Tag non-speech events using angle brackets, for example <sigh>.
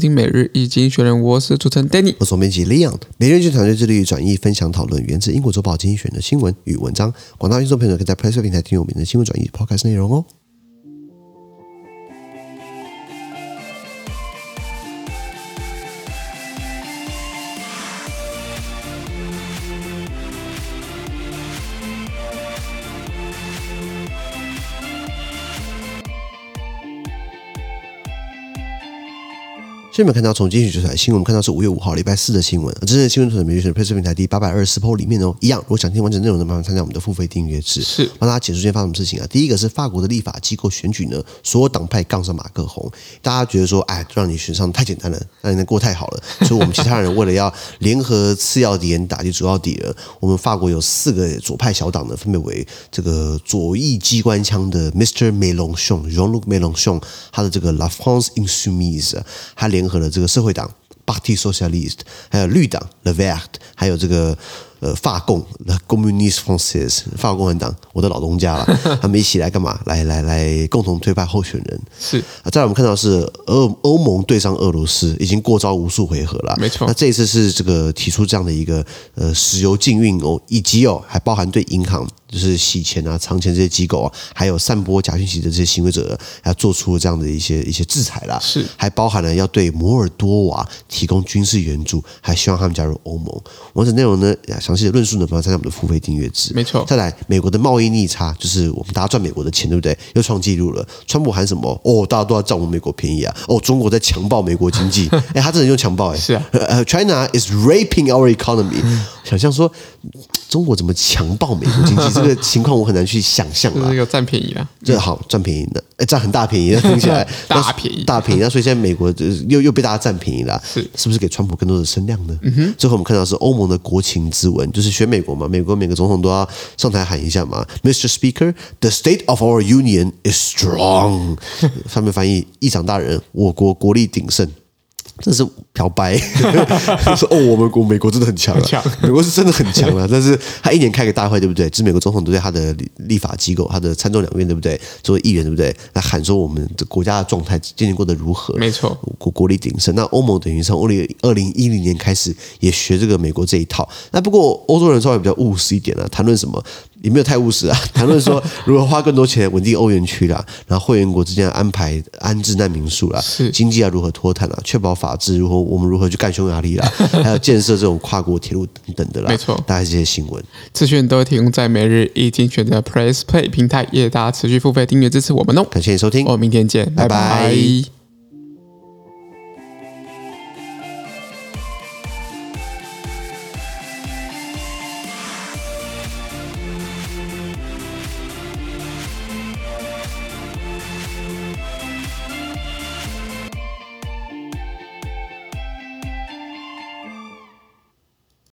经每日一经学人，我是主持人 Danny。我是总编辑 Leon，每日剧团队致力于转译、分享、讨论源自英国《周报》精选的新闻与文章。广大听众朋友可以在 p r e s s 平台听我们的新闻转译 Podcast 内容哦。现在我们看到从精选取出来的新闻，我们看到是五月五号礼拜四的新闻。这是新闻组的每日选 p r e s s 平台第八百二十四铺里面哦，一样。如果想听完整内容的，麻烦参加我们的付费订阅制。是帮大家解释今天发生什么事情啊？第一个是法国的立法机构选举呢，所有党派杠上马克宏，大家觉得说，哎，让你选上太简单了，让你能过太好了，所以我们其他人为了要联合次要敌人打击主要敌人，我们法国有四个左派小党呢，分别为这个左翼机关枪的 Mr. Mélenchon、Jean-Luc Mélenchon，他的这个 La France Insoumise，他联合了这个社会党 Parti Socialiste，还有绿党 Le Vert，还有这个呃法共 Le Communiste Français 法国共产党，我的老东 <laughs> 家了，他们一起来干嘛？来来来，共同推派候选人。是啊，再来我们看到是欧欧盟对上俄罗斯已经过招无数回合了，没错那这一次是这个提出这样的一个呃石油禁运哦，以及哦还包含对银行就是洗钱啊、藏钱这些机构啊，还有散播假讯息的这些行为者，还做出这样的一些一些制裁啦。是还包含了要对摩尔多瓦提供军事援助，还希望他们加入欧盟。完整内容呢，啊详细的论述呢，不要参加我们的付费订阅制。没错再来，美国的贸易逆差，就是我们大家赚美国的钱，对不对？又创纪录了。川普喊什么？哦，大家都要占我们美国便宜啊！哦，中国在强暴美国经 <laughs> 济。哎，他真的用强暴哎、是啊呃，China is raping our economy。想象说中国怎么强暴美国经济，这个情况我很难去想象就 <laughs> 啦是。一个占便宜啦。这好占便宜的，哎，占很大便宜，听起来 <laughs> 大那便宜大便宜。那所以现在美国就是又又被大家占便宜了，是嗯是不是给川普更多的声量呢？最后我们看到是欧盟的国情咨文，就是选美国嘛，美国每个总统都要上台喊一下嘛，Mr. Speaker，the state of our union is strong。<laughs> 上面翻译议长大人，我国国力鼎盛。这是 <laughs> 漂白，说哦，我们国美国真的很强、啊，强美国是真的很强啊，但是他一年开个大会，对不对？就是美国总统都对他的立立法机构、他的参众两院，对不对？作为议员，对不对？来喊说我们的国家的状态今年过得如何？没错国国力鼎盛。那欧盟等于从二零二零一零年开始也学这个美国这一套。那不过欧洲人稍微比较务实一点啊，谈论什么也没有太务实啊， <laughs> 谈论说如何花更多钱稳定欧元区啦，然后会员国之间的安排安置难民数啦，是经济要如何脱碳啊，确保法治如何，我们如何去干匈牙 <laughs> 利啦，还有建设这种跨国铁路等等的啦。没错大概是这些新闻。资讯都提供在每日一经选择 Press Play 平台，也大家持续付费订阅支持我们哦。感谢你收听，我们明天见，拜拜拜拜